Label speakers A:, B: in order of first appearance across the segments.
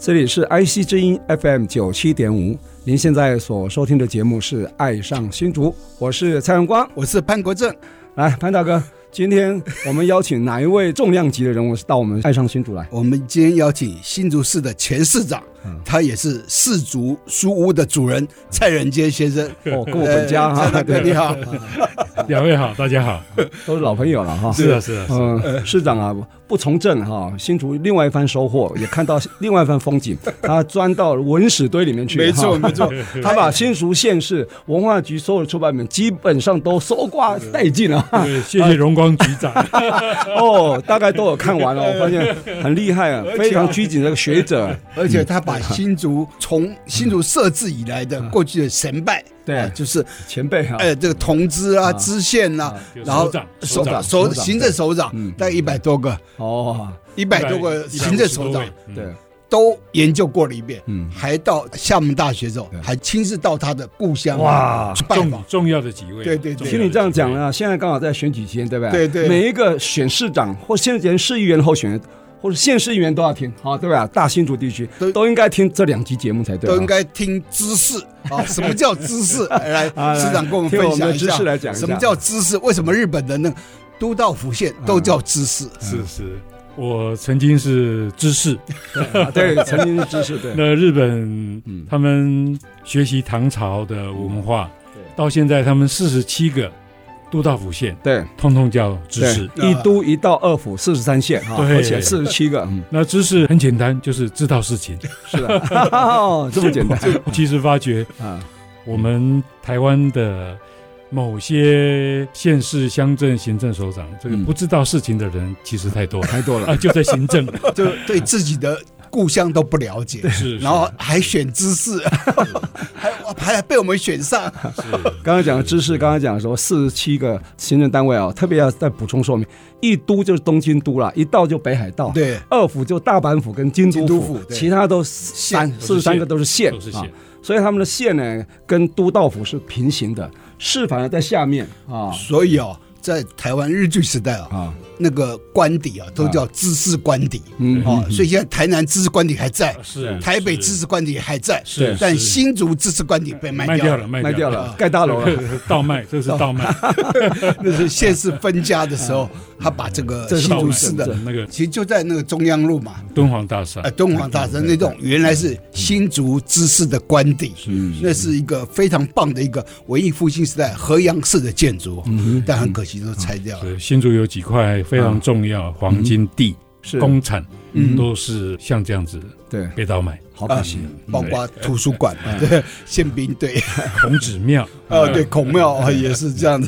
A: 这里是 IC 之音 FM 九七点五，您现在所收听的节目是《爱上新竹》，我是蔡荣光。
B: 我是潘国正，
A: 来，潘大哥，今天我们邀请哪一位重量级的人物到我们《爱上新竹》来？
B: 我们今天邀请新竹市的前市长，
A: 嗯
B: 他也是市竹书屋的主人蔡仁坚 先生。
A: 哦，跟我本家
B: 呃蔡
A: 哈，
B: 大哥你
A: 对，嗯
B: 好，
C: 两位好，大家好，
A: 都是老朋友了哈。
B: 啊
C: 是的，是的，是的
A: 嗯，市长啊，不从政哈，新竹另外一番收获，也看到另外一番风景。他钻到文史堆里面去，
B: 没错
A: 哈
B: 没错，
A: 他把新竹县市文化局所有出版品基本上都搜刮殆尽了。哈
C: 对，啊谢谢荣光局长，
B: 啊
A: 哦，大概都有看 完了，我发现很厉害啊，非常拘谨的学者。
B: 而且他把新竹从新竹设置以来的过去的神拜，
A: 嗯对嗯
B: 啊就是
A: 前辈哈、
B: 呃这个同知啊、
A: 啊
B: 知县呐
A: 啊，
B: 然后首
C: 首长
A: 首长
B: 首
A: 首长
B: 行政首长
A: 嗯
B: 大概一百多个，
A: 哦，
B: 一百多个行政首长，
C: 嗯
A: 对，
B: 都研究过了一遍，
A: 嗯
B: 还到厦门大学之后
A: 对，
B: 还亲自到他的故乡
A: 哇
B: 去拜访
C: 重。重要的几位，啊
B: 对对对
C: 重要的几
A: 听
C: 位
A: 你这样讲，呢，现在刚好在选举期间，对不对？
B: 对对
A: 每一个选市长或县前市议员候选人。或者县市议员都要听，好、对吧？大新竹地区
B: 都
A: 都应该听这两集节目才对啊，
B: 都应该听 知识啊！什么叫知识？来，
A: 啊来
B: 市长跟我们
A: 听
B: 分
A: 我们
B: 享
A: 的
B: 一下，
A: 知识来讲一下
B: 什么叫知识？为什么日本的那个都道府县
A: 啊
B: 都叫 知识？
C: 嗯是是，我曾经是知识，
A: 啊对，曾经是知识， 对，
C: 那日本
A: 嗯
C: 他们学习唐朝的文化
A: 对，
C: 到现在他们四十七个都道府县，
A: 对，
C: 通通叫知识。
A: 对一都一到二府四十三县哈，
C: 对
A: 而且四十七个，嗯，
C: 那知识很简单，就是知道事情。
A: 是 的，哦，这么简单
C: 其实发觉
A: 啊，
C: 我们台湾的某些县市、乡镇行政首长，这个
A: 嗯
C: 不知道事情的人其实太多了
A: 太多了
C: 啊，，就在行政，
B: 就对自己的故乡都不 了解，
C: 是
B: 然后还选知识，还还被我们选上，
A: 刚刚讲的知识，刚刚讲说四十七个行政单位啊、特别要再补充说明，一都就是东京都啦，一到就北海道，，
B: 对，
A: 二府就大阪府跟京都府，
B: 京都府对
A: 其他都三
C: 县
A: 四十三个都是县
C: 都是
A: 啊
C: 县，
A: 所以他们的县呢跟都道府是平行的，市反而在下面啊
B: 所以哦。在台湾日据时代啊、
A: 啊，
B: 那个官邸啊，都叫知识官邸
A: 嗯啊
B: 啊、所以现在台南知识官邸还在，
C: 是
B: 台北知
C: 是
B: 识官邸还在，
C: 是，
B: 但
C: 是
B: 新竹知识官邸被卖
C: 卖
B: 掉
C: 掉
B: 了
C: 了，，卖
A: 卖掉了，盖大楼了。
C: 倒卖，这是倒卖，
B: 那是县市分家的时 候，他把这个新
C: 倒
B: 竹
C: 卖
B: 市的，
C: 那个
B: 其实就在那个中央路嘛，
C: 敦煌大厦
B: 呃，，敦煌大厦那栋原来是新竹知识的官邸，那是一个非常棒的一个文艺复兴时代河阳式的建筑，但很可惜都拆掉了。
C: 是新竹有几块非常重要黄金地
A: 是
C: 工厂，都是像这样子
A: 对，
C: 被倒卖，
A: 好可惜，
B: 包括图书馆、对宪兵队，
C: 孔子庙
B: 呃，对孔庙啊也是这样的，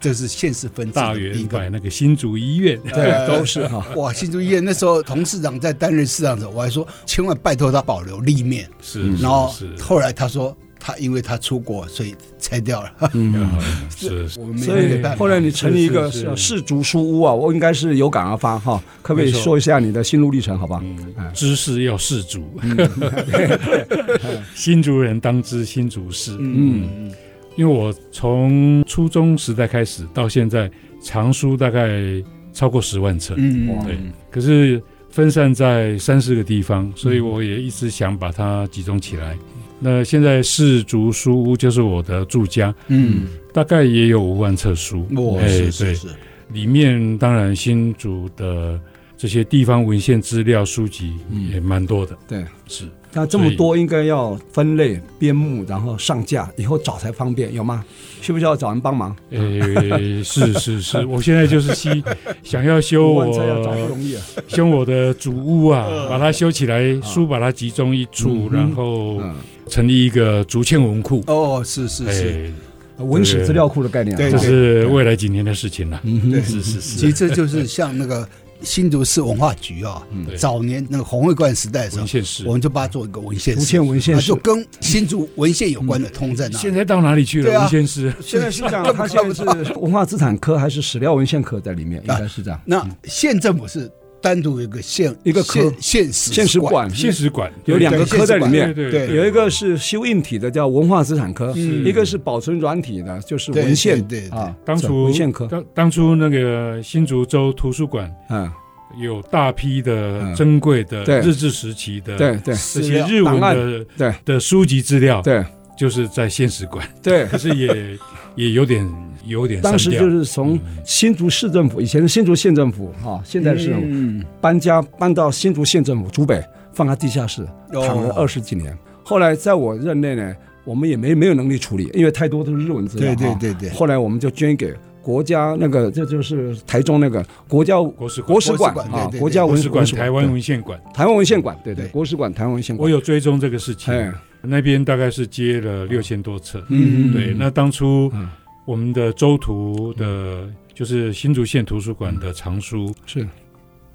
B: 这是县市分治
C: 大
B: 的
C: 圆
B: 一个
C: 柏那个新竹医院，
B: 对
A: 都是哈。
B: 哇，新竹医院那时候，童市长在担任市长的时候，我还说千万拜托他保留立面。
C: 是，
B: 嗯然后
C: 嗯是
B: 后来他说，他因为他出国，所以拆掉了。
C: 是是
B: 我们没
A: 所
B: 有
A: 以
B: 办法
A: 后来你成立一个
C: 是是是
A: 市竹书屋啊，我应该是有感而发哈，可不可以
C: 没错
A: 说一下你的心路历程，好
B: 啊
A: 吧？
C: 嗯
B: 哎
C: 知识要士足，
B: 嗯
C: 新竹人当知新竹事。嗯，因为我从初中时代开始到现在，藏书大概超过十万册，
B: 嗯，
A: 哇
C: 对，可是分散在三四个地方，
B: 嗯
C: 所以我也一直想把它集中起来。那现在市竹书屋就是我的住家，
B: 嗯，
C: 大概也有五万册书。
B: 哇，
C: 哎
B: 是
C: 对
B: 是是，
C: 里面当然新竹的这些地方文献资料书籍
B: 嗯
C: 也蛮多的，
A: 对，
C: 是
A: 那这么多应该要分类、编目，然后上架，以后找才方便，有吗？需不需要找人帮忙？
C: 诶，是是是，我现在就是希 想要修
A: 五万册要找不
C: 呃我
A: 容易啊。
C: 修我的主屋啊，把它修起来，书把它集中一处，
A: 嗯
C: 然后
A: 嗯
C: 成立一个竹堑文库。哎
B: 哦，是是是，
C: 诶，
A: 嗯文史资料库的概念啊，
B: 对
C: 这是未来几年的事情了。
A: 嗯
B: 对
A: 哼，
C: 是是
B: 其实
C: 是，
B: 这就是像那个新竹市文化局啊，
C: 嗯对
B: 早年那个红会馆时代的时候
C: 文，献室
B: 我。们就把它做一个文献
A: 竹
B: 室，
A: 堑文献嗯
B: 啊，
A: 是
B: 就。跟新竹文献有关的通在那
C: 现。在到哪里去
B: 对啊
C: 了？文献室
A: 现在是这 样，它现在是文化资产科还是史料文献科在里面，应该是这样。
B: 那县政府是单独有一个县
A: 一个科
B: 县县史
A: 现实馆
C: 现实馆
A: 有两个科在里面，
C: 对
B: 对
C: 对
A: 有一个是修硬体的叫文化资产科，
C: 嗯
A: 一个是保存软体的，就是文献
B: 对对对
A: 啊，
C: 当初
A: 文献科，
C: 当当初那个新竹州图书馆
A: 嗯，
C: 有大批
A: 嗯
C: 的珍贵的
A: 对
C: 日治时期的
A: 对对
C: 这
B: 史
C: 些
B: 料
C: 日文
A: 档案
C: 的
A: 对
C: 的书籍资料，
A: 对
C: 就是在现实馆，
A: 对
C: 可，是也也有点有
B: 哎
C: 点
A: 当
C: 删
A: 时
C: 掉
A: 就是
B: 嗯
A: 从新竹市政府，以前是新竹县政府哈，现在是
B: 嗯，
A: 搬家搬到新竹县政府竹北，放在地下室躺了二
B: 哦，
A: 十几年。后来在我任内呢，我们也没没有能力处理，因为太多都是日文资料
B: 对
A: 啊。
B: 对对对，
A: 后来我们就捐给国家那个，这就是台中那个国家
C: 国史
A: 国史馆
B: 国史馆
A: 啊
B: 对，对
A: 国家
C: 国
A: 文
C: 史馆台湾
A: 对
C: 文献馆，
A: 台湾文献馆，对对，
B: 对哦
A: 国史馆台湾文献
C: 我
A: 馆。
C: 有追踪这个事情，
A: 哎，
C: 那边大概是接了六千多册，
A: 嗯
C: 对，那当初
A: 嗯
C: 我们的州图的，就是新竹县图书馆的藏书，
A: 是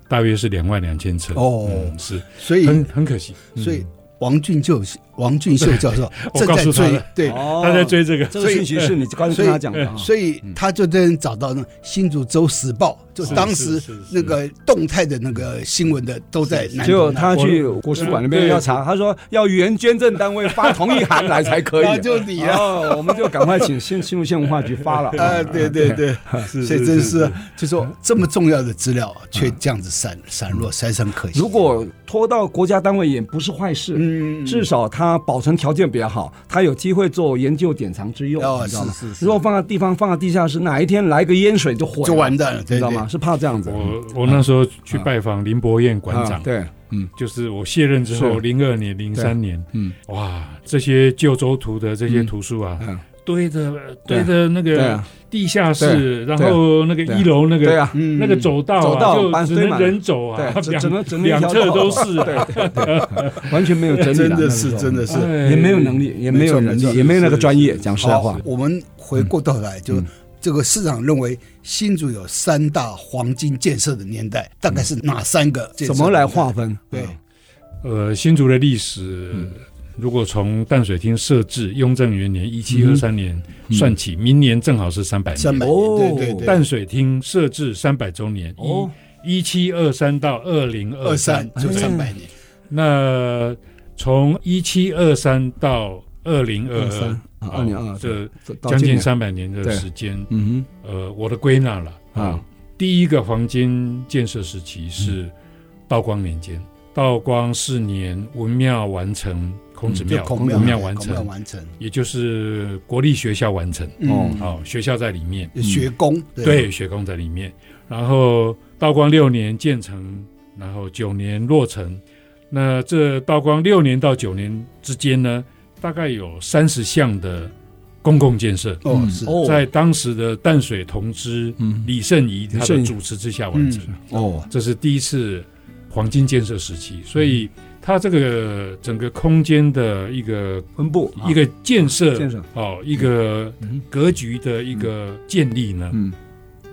C: 大约是两万两千册，
B: 哦
C: 嗯是
B: 所以
C: 很很可惜，嗯
B: 所以王俊秀王俊秀教授
C: 我
B: 正
C: 告
B: 在
C: 诉他
B: 追
C: 了，
B: 对，
A: 哦
C: 他在追这个，
A: 这个讯息是你刚才
B: 所
A: 跟
B: 以
A: 他讲的啊，
B: 所以他就在找到那《新竹州时报》，就是当时
C: 是是是
B: 那个动态的那个新闻的都在南
A: 结
B: 投
A: 果
B: 那
A: 他去国史馆那边
C: 嗯对
A: 要查，他说要原捐赠单位发同意函来才可
B: 然后
A: 以。
B: 就你啊，
A: 哦，我们就赶快请新新竹县文化局发了。
B: 啊，对对对，
C: 是
B: 所以真是就说这么重要的资料却这样子散散落，实在是很可惜。
A: 如果拖到国家单位也不是坏事，
B: 嗯
A: 至少它保存条件比较好，它有机会做研究典藏之用，
B: 哦
A: 你知道吗
B: 是是？是
A: 如果放在地方放在地下室，哪一天来个淹水就毁了，
B: 就完蛋了，
A: 你
B: 对
A: 知道
B: 对
A: 吗？是怕这样子。
C: 我我那时候去拜访林伯彦馆长
A: 啊，对，嗯
C: 就是我卸任之后，
A: 是
C: 零二年、零三年，
A: 嗯，
C: 哇，这些旧州图的这些
A: 嗯
C: 图书啊，
A: 嗯
C: 堆着
A: 对
C: 堆着那
A: 对
C: 个
A: 啊，
C: 地下室，然后那个
A: 对
C: 一楼那
A: 对
C: 个
A: 啊，
B: 嗯
C: 那个走道
A: 走
C: 啊，
A: 道
C: 就
A: 搬
C: 只
A: 堆
C: 能
A: 满
C: 人走啊
A: 对，，整整个整个一
C: 两
A: 条
C: 两侧
A: 道
C: 都
A: 路
C: 是啊
A: 对对 对，完全没有整理，
B: 真的是真的
A: 是，
B: 是。
C: 哎
A: 也没有能力，也没有能
B: 没错没
A: 力，
B: 错
A: 也没有那个专业。
C: 是是
A: 讲实在
B: 好
A: 话，，
B: 我们回过头来，
A: 嗯
B: 就这个市场认为新竹有三大黄金建设的年代，大概是哪三个？
A: 怎么来哦划？分？
B: 对，
C: 呃，新竹的历史，
A: 嗯
C: 如果从淡水厅设置雍正元年一七二三年
A: 嗯
C: 算起，明年正好是三百
B: 三
C: 年。
B: 百
A: 哦
B: 年，对对对，
C: 淡水厅设置三百周年，
A: 哦
C: 一一七二三到二零
B: 二
C: 二三
A: 哎
B: 三，就三百年，
C: 那从一七二三到二零二
A: 23
C: 二，
A: 啊，二零二二，
C: 这
A: 到今
C: 将近
A: 年，
C: 三百年的
A: 对
C: 时间，
A: 嗯
C: 呃，我的归纳了
A: 哼啊，嗯
C: 第一个黄金建设时期是道光年间，道光四年文庙完成，孔子
A: 嗯
B: 就
C: 庙、
B: 孔
C: 文庙
B: 完
C: 完
B: 孔庙
C: 成，
B: 完成，
C: 也就是国立学校完成，
A: 哦
B: 嗯，
C: 好，学校在里面，
A: 嗯
B: 学工，
C: 对，学宫在里面。然后道光六年建成，然后九年落成。那这道光六年到九年之间呢，大概有三十项的公共建设，
B: 哦是，
A: 哦
C: 在当时的淡水同知
A: 嗯
C: 李圣仪他
A: 圣仪
C: 的主持之下完成。
A: 哦，
C: 这是第一次黄金建设时期，所以它这个整个空间的一个
A: 分布
C: 一个建设，
A: 啊建设
C: 哦，一个
A: 嗯
C: 格局的一个建立呢，
A: 嗯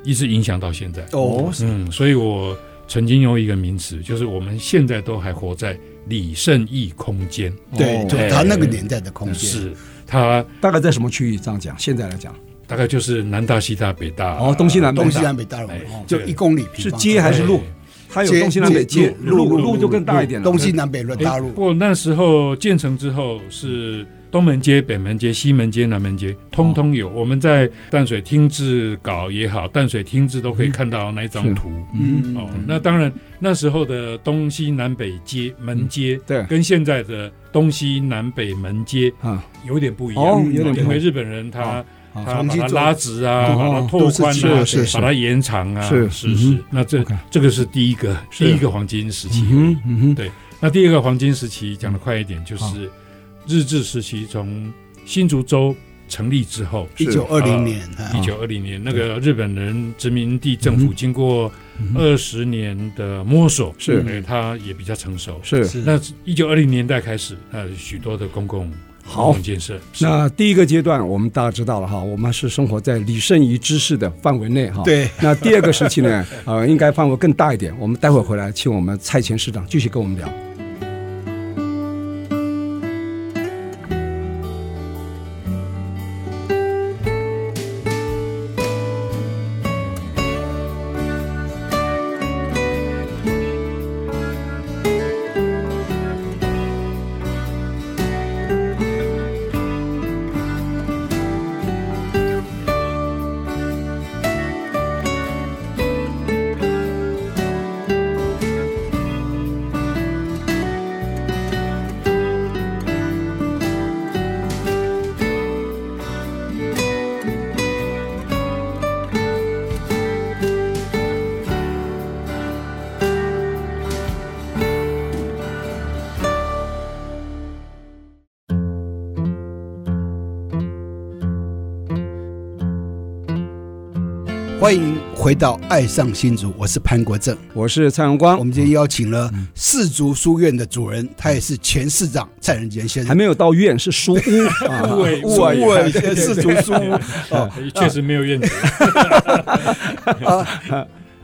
C: 一直影响到现在。
B: 哦是
C: 嗯，所以我曾经用一个名词，就是我们现在都还活在李胜义空间，
B: 对，
A: 哦
B: 就他那个年代的空间，
C: 是它
A: 大概在什么区域？这样讲，现在来讲，
C: 大概就是南大、西大、北大，
A: 哦，东西南北
B: 东西南北大楼就一公里平方，
A: 街哎还是路
C: 哎
A: 它有东西南北街，
B: 街
A: 路
B: 路
A: 路
B: 路
A: 路就更大一点了。
B: 东西南北论
C: 哎
B: 大
C: 不
B: 陆，
C: 过那时候建成之后是东门街、北门街、西门街、南门街，通通
A: 哦
C: 有。我们在淡水厅志稿也好，淡水厅志都可以看到那一张图。
A: 嗯，
C: 哦，那当然，那时候的东西南北街门街，
A: 嗯对
C: 跟现在的东西南北门街
A: 啊，
C: 有点不一
A: 哦
C: 样，嗯
A: 有点不一样
C: 因为日本人他
A: 啊
C: 他
B: 重
C: 把
B: 新
C: 它
B: 做
C: 拉直啊，
A: 哦
C: 把它拓宽
B: 都
C: 啊
B: 是是是，是
C: 把它延长啊，
A: 是
C: 是
A: 嗯
C: 是。那这
A: OK
C: 这个是第一个
A: 是
C: 第一个黄金时期
A: 嗯。哼嗯哼，
C: 那第二个黄金时期讲的快一点，
A: 嗯
C: 就是日治时期从新竹州成立之后，
B: 一九二零年，啊
A: 哦
C: 一九二零年那个日本人殖民地政
A: 嗯
C: 府经过二十年的摸索，哎
A: 是
C: 呃，他也比较成熟。
A: 是
B: 是
C: 那一九二零年代开始，呃，许多的公共
A: 好
C: 公共建设。是
A: 那第一个阶段，我们大家知道了哈，我们是生活在李圣仪知识的范围内哈。
B: 对。
A: 那第二个时期 呢，呃，应该范围更大一点。我们待会儿回来，请我们蔡前市长继续跟我们聊。
B: 欢迎回到《爱上新竹》，我是潘国正。
A: 我是蔡荣光
B: 我，们今天邀请了
A: 嗯
B: 市竹书院的主人，他也是前市长蔡仁杰先
A: 还
B: 生。
A: 没有到院，是书 屋啊，
C: 对
B: 误
A: 啊
B: 会
A: 也
B: 市竹书屋哦
C: 确实没有院子，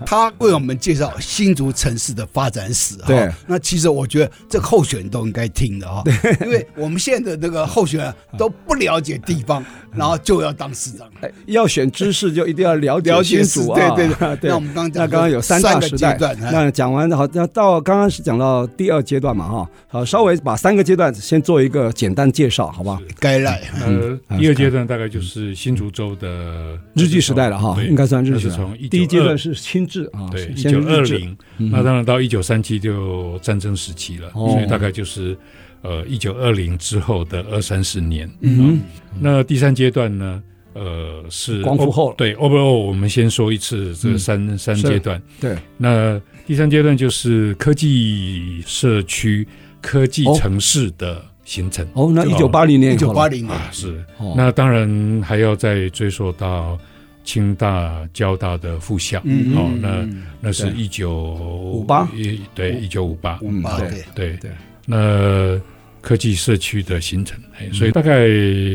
B: 他为我们介绍新竹城市的发展史哈、
A: 对
B: 那其实我觉得这个候选人都应该听的哈、因为我们现在的那个候选人都不了解地方，
A: 嗯
B: 然后就要当市长。
A: 哎要选知识就一定要了
B: 了解
A: 解新竹啊，
B: 是对对对那我们刚刚讲
A: 那刚刚有三大时代
B: 三个阶段，哎
A: 那讲完好，那到刚刚是讲到第二阶段嘛哈，好，稍微把三个阶段先做一个简单介绍，好吧？
B: 该来，
A: 嗯
C: 呃，第二阶段大概就是新竹州的
A: 日据时代了哈，
C: 对
A: 应该算日
C: 那
A: 据
C: 是
A: 了
C: 从1920
A: 第一阶段是清治啊，
C: 对，一
A: 先
C: 九
A: 是
C: 二
A: 日治，嗯
C: 零，那当然到一九三七就战争时期了，
A: 哦
C: 所以大概就是呃一九二零之后的二三十年。
A: 嗯
C: 那第三阶段呢，呃，是
A: 光复后了
C: 对，overall 我们先说一次这
A: 嗯
C: 三、三
A: 是
C: 阶段。
A: 哼，对，
C: 那第三阶段就是科技社区、科技
A: 哦
C: 城市的形成。
A: 哦，那一
C: 就
A: 九八零年
B: 一
A: 以
B: 九
A: 后
B: 八
A: 了，
B: 零年
C: 啊，是。
A: 哦
C: 那当然还要再追溯到清大、交大的复校。
B: 嗯
C: 哦，那那是
A: 对
C: 一九五
A: 58
C: 一对，一九五八，
A: 嗯
B: 啊，
A: 对
B: 对，
C: 对
A: 对。
C: 那科技社区的形成，哎所以大概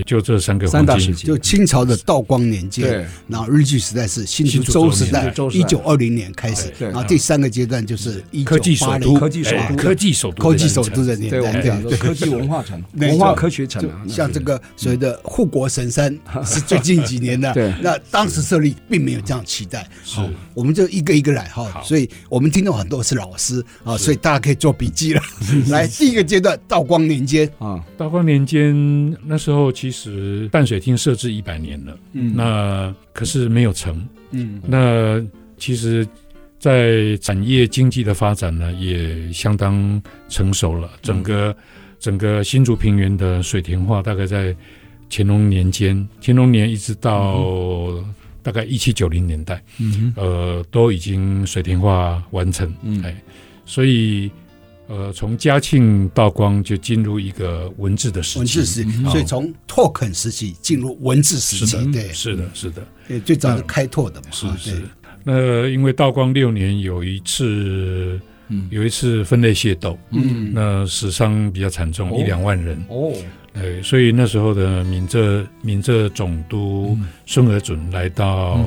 C: 就这三个
A: 三大
C: 黄金
A: 时期
B: 就清朝的道光年间，
A: 对
B: 然后日据时代是新竹州时代，一九二零年开始，
A: 对
B: 然后第三个阶段就是一
C: 科技
B: 九八
C: 首
B: 零
C: 都，
A: 哎科技首都
C: 哎科技首都，
B: 科技首都的年
A: 对，我
B: 代，
A: 们
B: 对
A: 讲说科技文化城、
B: 没
A: 文
B: 错
A: 化科学城
B: 就
A: 啊，
B: 像这个所谓的护国神山是最近几年 的
A: 对，
B: 那当时设立并没有这样期待，好，我们就一个一个来哈，
C: 好
B: 所以我们听到很多是老师啊，所以大家可以做笔记了。来，第一个阶段道光年间，
A: 啊，
C: 道光年间，那时候其实淡水厅设置一百年了，
A: 嗯
C: 那可是没有成。
A: 嗯
C: 那其实，在产业经济的发展呢，也相当成熟了。整个、整个新竹平原的水田化，大概在乾隆年间，乾隆年一直到大概一七九零年代，
A: 嗯
C: 呃，都已经水田化完成。
A: 嗯
C: 哎，所以呃，从嘉庆道光就进入一个文治的时期。
B: 文字时期，所以从拓垦时期进入文字时
C: 是
B: 期，
C: 的，
B: 对，
C: 是的，是的，
B: 对最早是开拓的嘛，
C: 是
B: 啊对
C: 是。那因为道光六年有一次
A: 嗯
C: 有一次分类械斗，
A: 嗯，
C: 那死伤比较惨重，
A: 哦
C: 一两万人。
A: 哦，
C: 对，所以那时候的闽浙闽浙总督
B: 嗯
C: 孙尔准来到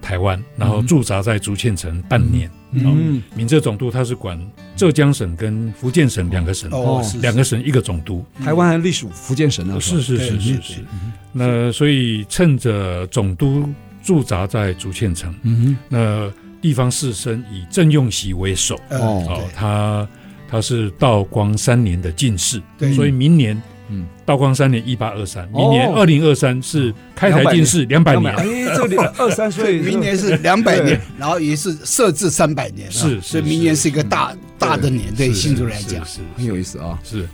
C: 台湾，然后驻扎在竹堑城半年。
A: 嗯
C: 哦，闽浙总督他是管浙江省跟福建省两个省，
B: 哦，
A: 哦
B: 是
C: 两个省一个总督。哦
A: 台湾还隶属福建省呢，
C: 是是是
B: 对
C: 是
B: 对
C: 是
B: 对。
C: 那所以趁着总督驻扎在竹堑城，
A: 嗯
C: 那地方士绅以郑用锡为首，
B: 呃
A: 哦
C: 哦，他他是道光三年的进士，
B: 对
C: 所以明年，
A: 嗯
C: 嗯，道光三年一八二三，
A: 哦
C: 明年二零二三是开台进士两百
A: 两
C: 年
A: 百，，哎，这 里二三岁，
B: 明年是两百年，然后也是设置三百年啊，
C: 是是嗯
B: 所以明年是一个大大的年，对
C: 是
B: 新竹来讲，
C: 是
A: 很有意思啊，
C: 是，是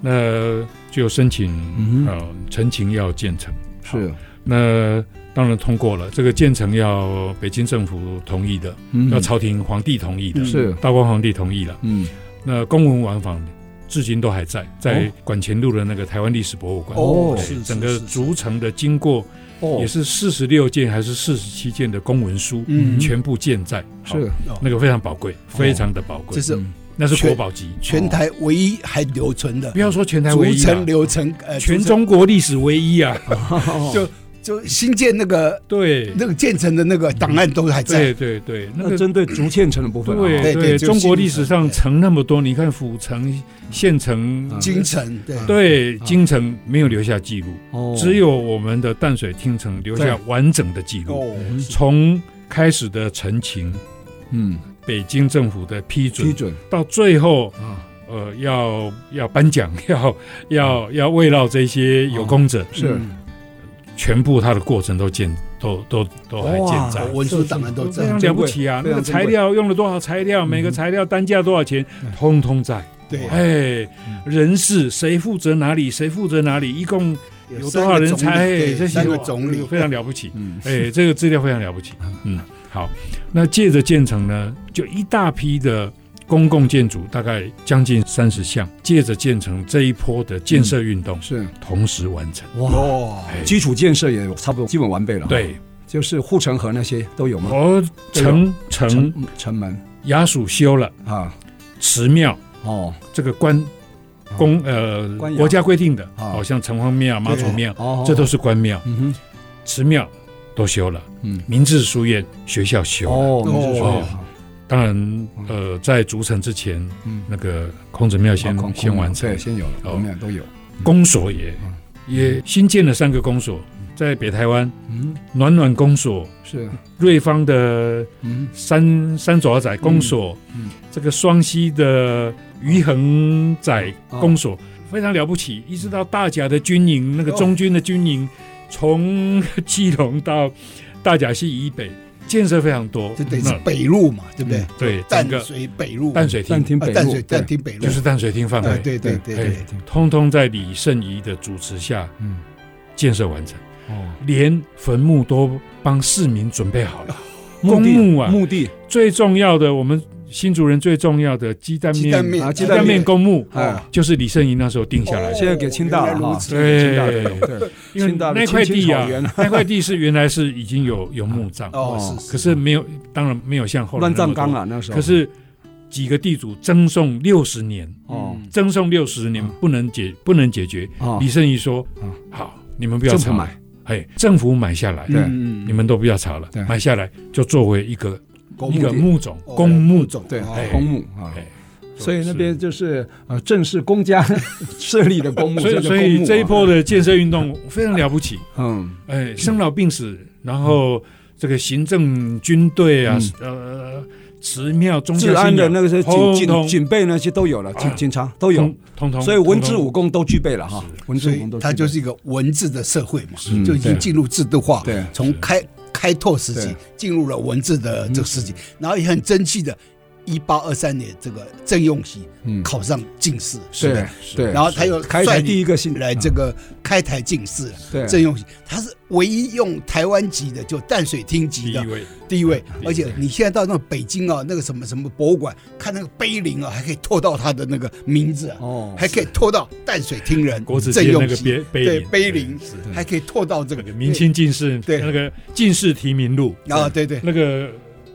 C: 那就申请
A: 嗯哼
C: 呃陈情要建成，
A: 是，
C: 那当然通过了，这个建成要北京政府同意的，
A: 嗯
C: 要朝廷皇帝同意的，
B: 嗯
A: 是
C: 道光皇帝同意了。
A: 嗯
C: 那公文玩坊至今都还在，在管前路的那个台湾历史博物馆。
A: 哦
C: 对
B: 是是
C: 整个
B: 是
C: 竹城的经过
A: 哦
C: 也是四十六件还是四十七件的公文书，
B: 嗯
C: 全部健在，好
A: 哦
C: 嗯
A: 是
B: 哦
C: 那个非常宝贵，非常的宝贵
B: 这。是
C: 那是国宝级，
B: 全台唯一还留存的
C: 不，要说全台唯
B: 逐
C: 一啊、
B: 层留存，呃，
C: 全
B: 逐层
C: 中国历史唯一啊！
A: 哦
B: 就就新建那个
C: 对，
B: 那个建成的那个档案都还在
C: 对，对对，那
A: 那
C: 个
A: 针对竹堑城的部分啊，
C: 对
B: 对
C: 对，
B: 对就
C: 中国
B: 新
C: 历史上
B: 城
C: 城那么多，你看府城、县城、
A: 啊
B: 京城对
C: 对京城没有留下记录，
A: 哦
C: 只有我们的淡水听城留下完整的记录，
B: 哦，
C: 从开始的陈情，
A: 嗯
C: 北京政府的批
A: 批
C: 准，
A: 准
C: 到最后
A: 啊，
C: 呃要要颁奖，要
A: 嗯
C: 要要慰劳这些有功者，
A: 是
C: 全部它的过程都建都都都还
A: 哇
C: 健
B: 哦
C: 在。
B: 文书档案都
C: 非
B: 在
C: 常，了不起啊！
A: 非
C: 那
A: 常
C: 个
A: 珍贵嗯
C: 材料用了多少材料，每个材料单价多少钱，通通在。
B: 对，
C: 哎，人事谁负责哪里，谁负责哪里，一共有多少人才？哎这
B: 这
C: 些
B: 三个
C: 哇
B: 总理
C: 非常了不起。
A: 嗯
C: 哎，这个资料非常了不起。嗯，好，那借着建成呢，就一大批的公共建筑，大概将近三十项，借着建成这一波的建设运
B: 嗯
C: 动，
A: 是
C: 同时完成。
A: 哇，
B: 哦，
C: 哎
A: 基础建设也有差不多基本完备了，，
C: 对，
A: 就是护城河那些都有吗？
C: 我城城
A: 城城门
C: 衙署修了，
A: 啊，
C: 祠庙
A: 哦
C: 这个官
B: 哦
C: 公呃
A: 官衙
C: 国家规定的，
A: 啊
C: 好像城隍庙、妈祖庙，
A: 哦，
C: 这都是官庙、
A: 嗯
C: 祠庙都修了，
A: 嗯
C: 明治书院、学校
A: 哼，
C: 修了。
A: 哦，明治书院
C: 哦当然，呃，在筑城之前，
A: 嗯
C: 那个孔子庙先
A: 啊空
C: 先完成
A: 对，，先有了，
C: 哦
A: 我们俩都有，
C: 公所也
A: 嗯
C: 也新建了三个公所，在北台湾
A: 嗯，
C: 暖暖公所、
A: 是，
C: 瑞芳的
A: 嗯
C: 三三爪仔公所，
A: 嗯嗯
C: 这个双溪的余恒仔公所、非常了不起，一直到大甲的军营，那个中军的军营，从 基隆到大甲溪以北，建设非常多，嗯
B: 这等于是
C: 那
B: 北路嘛，对不对？
C: 嗯对
B: 淡
C: 整个
B: 水北路，
C: 淡水
A: 但
C: 厅，
A: 听
B: 啊
A: 北
B: 淡
A: 路
B: 水淡，厅北路
C: 就是淡水厅范围，
B: 哎对对对
C: 哎
B: 对，
C: 通通在李圣仪的主持下
A: 嗯，
C: 建设完成，
A: 哦，
C: 连坟墓都帮市民准备好了。
A: 墓哦地
C: 公墓啊
A: 墓地，
C: 最重要的，我们新竹人最重要的鸡蛋面
B: 鸡蛋面
A: 啊
C: 鸡
A: 鸡
C: 蛋
A: 蛋
C: 面
A: 面
C: 公墓，
A: 哎，
C: 就是李圣仪那时候哦定下来哎
B: 哦
C: 的，
A: 现在给清大了
B: 原来
A: 哈
B: 如，此
A: 清大
C: 对
A: 了，对，
C: 因为
A: 清大的
C: 那块
A: 青
C: 地啊
A: 青草原，
C: 那块地是原来是已经有有墓葬，
B: 哦，是
C: 可是没有，当然没有像后来
A: 乱葬
C: 那
A: 岗
C: 么
A: 啊，那时候，
C: 多，哎可是几个地主争讼六十年，
A: 哦
C: 争讼六十年不能解不能解决，
A: 哦
C: 李，圣仪说
A: 嗯，
C: 好，你们不要
A: 政府
C: 吵，
A: 买，
C: 哎，政府买下来，
A: 对
C: 你们都不要吵了
A: 对，
C: 买下来就作为一个
B: 公
C: 一
B: 墓
C: 个
B: 地
C: 墓种，
B: 哦
C: 公墓种。
A: 对
B: 哦，
A: 公墓啊。
C: 哎
A: 所以那边就是呃，正是公家 设立的公墓，
C: 所
A: 这
C: 以
A: 个
C: 所
A: 公墓
C: 以
A: 啊
C: 这一波的建设 运动非常了不起，
A: 嗯，
C: 哎，生老病死，然后这个行政、军队啊，呃，祠庙、宗
A: 嗯治
C: 教信仰、
A: 安的那个是警
C: 通
A: 警
C: 通
A: 警备那些都有了，警警察都有
C: 通，通通，
A: 所以文治武
C: 通通
A: 功都具备了哈，文治
B: 所
A: 武
B: 以
A: 功都具备
B: 它就是一个文字的社会嘛
A: 是，
B: 就已经进入制度化，
A: 对
B: 从开开拓时期
A: 对
B: 进入了文字的这个时期，然后也很争气的，一八二三年这个郑用锡
A: 嗯
B: 考上进士，
A: 对
B: 吧
A: 对，
B: 然后他又
A: 开台
B: 率
A: 第一个信
B: 来这个开台进士，
A: 对
B: 郑用锡他是唯一用台湾籍的，就淡水厅
C: 第
B: 籍
C: 一
B: 的
C: 位，
B: 第一位，
C: 啊第一位
B: 而且你现在到那个北京啊，那个什么什么博物馆看那个碑林啊，还可以拓到他的那个名字啊，
A: 哦
B: 还可以拓到淡水厅人
C: 国子
B: 郑
C: 监那
B: 用
C: 个
B: 锡
C: 碑碑
B: 对
C: 林，
B: 碑林
C: 是
B: 还可以拓到这
C: 那
B: 个
C: 个明清进士，
B: 对
C: 那个进士提名录
B: 啊，对对，
C: 那个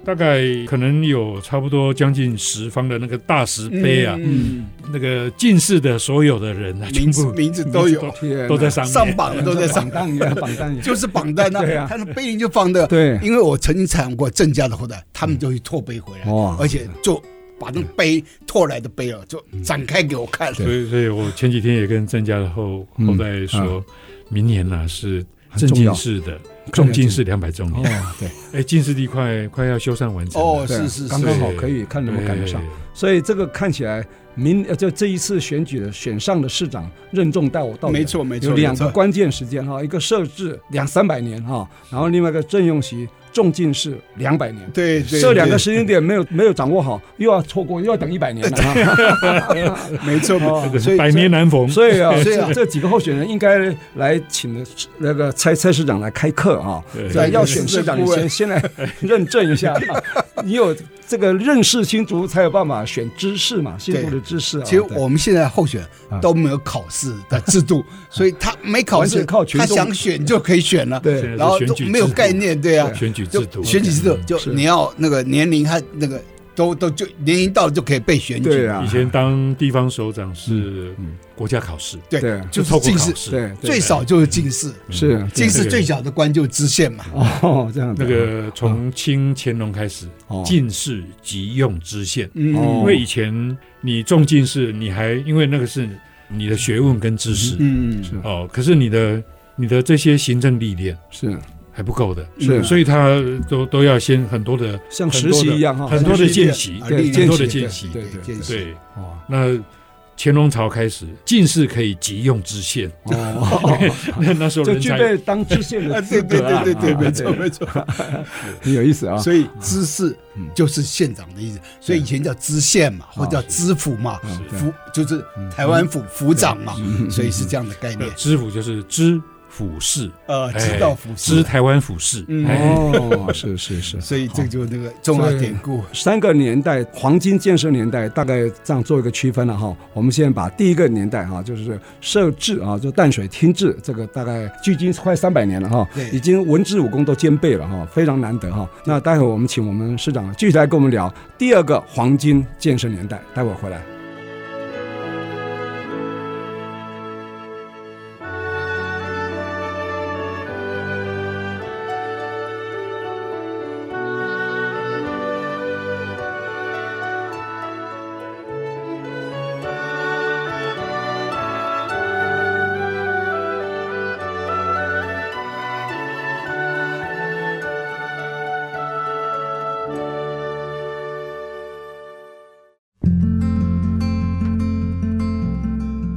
C: 大概可能有差不多将近十方的那个大石碑啊，
B: 嗯，
C: 那个进士的所有的人啊，全
B: 名字
C: 部
B: 名字都有，
A: 天
C: 嗯都在
A: 哪
C: 上面，
B: 上榜的都 在上
A: 榜，单一样，榜单一样，
B: 就是榜单
A: 对
B: 啊
A: 啊，
B: 他的碑林就放的，
A: 对
B: 因为我曾经采访过郑家的后代，他们就去拓碑回来
A: 哇，
B: 而且就把那个碑拓来的碑啊，就展开给我看，
C: 所以，所以我前几天也跟郑家的后
A: 嗯
C: 后代说，明年呢、是
A: 嗯啊很
C: 郑
A: 重
C: 进
A: 要
C: 士的重进士两百周
A: 哦
C: 年，，
A: 对，
C: 哎，进士地快快要修缮完成了
B: 哦，
A: 对
B: 是是
A: 刚
B: 是，
A: 刚好可以看能不能赶得上，所以这个看起来明呃就这一次选举的选上的市长任重道道远
B: 没错没错，
A: 有两
B: 没
A: 个
B: 错
A: 关键时间哈，一个设置两三百年哈，然后另外一个郑用锡重进士两百年。
B: 对对，
A: 这两个
B: 对
A: 时间点没有没有掌握好，又要错过，又要等一百年了 哈。
B: 没错，没
A: 哦
B: 错所以
C: 百年难逢。
A: 所以啊，
B: 所以啊
A: 这这几个候选人应该来请那个蔡蔡市长来开课啊。
C: 对
A: 对，要选市长，你先先来认证一下， 你有这个认识新竹，才有办法选知识嘛，新竹的知识啊。
B: 其实
A: 对
B: 我们现在候选都没有考试的制度，所以他没考
A: 完
B: 试，
A: 全靠群
B: 他
A: 众
B: 想选就可以选了，
C: 现在
A: 对
C: 是
B: 然后
C: 选
B: 都
C: 举
B: 没有
C: 制度
B: 概念，对啊，
C: 选举
B: 就
C: 制度，
B: 选举制度，就是你要那个年龄和那个都都就年龄到了就可以被选举，
A: 对啊
C: 以前当地方首长
A: 嗯
C: 是国家考试，
B: 对
A: 对
B: 就是
C: 透过
B: 进
C: 考
B: 士，
C: 试，
A: 对，对
B: 最少就是进士，
A: 是
B: 进士
C: 对
B: 最小的官就是知县嘛，
A: 哦，这样子
C: 那个从清乾隆开始，
A: 哦
C: 进士即用知县，
A: 哦
C: 因为以前你中进士，你还因为那个是你的学问跟知识
B: 嗯，
A: 是
C: 哦，可是你的你的这些行政历练
A: 是
C: 还不够的，
A: 是
C: 所以他都都要先很多的
A: 像实习一样哈，
C: 很多的见习
B: 啊，
A: 对
B: 历
C: 很
B: 练
C: 多的
A: 见习
C: 见习，
A: 对
B: 对
A: 对
B: 见习，
C: 对。
A: 哦
C: 那乾隆朝开始，进士可以即用知县，
A: 哦，
C: 那 那时候
A: 就
C: 人
A: 具
C: 才
A: 备当知县
B: 啊
A: 的，
B: 对
A: 资
B: 对
A: 格啊，
B: 对对对，
A: 啊
B: 没错没，错。
A: 很有意思啊，
B: 所以知事
A: 嗯
B: 就是县长的意思，所以以前叫知县嘛，或者叫知府嘛
A: 嗯是，
B: 府就是台湾府府长嘛，所以是这样的概
C: 呃
B: 念。
C: 知府就是知府事，
A: 啊
B: 呃，
C: 哎
B: 知道府
C: 知
B: 事，
C: 台湾府事，
B: 嗯
C: 哎
A: 哦，是是是，
B: 所以这个就是那个重要典故。
A: 三个年代，黄金建设年代大概这样做一个区分了哈。我们先把第一个年代哈，就是设置啊，就淡水厅制，这个大概距今快三百年了哈
B: 对，
A: 已经文治武功都兼备了哈，非常难得哈。那待会我们请我们市长具体来跟我们聊第二个黄金建设年代，待会儿回来。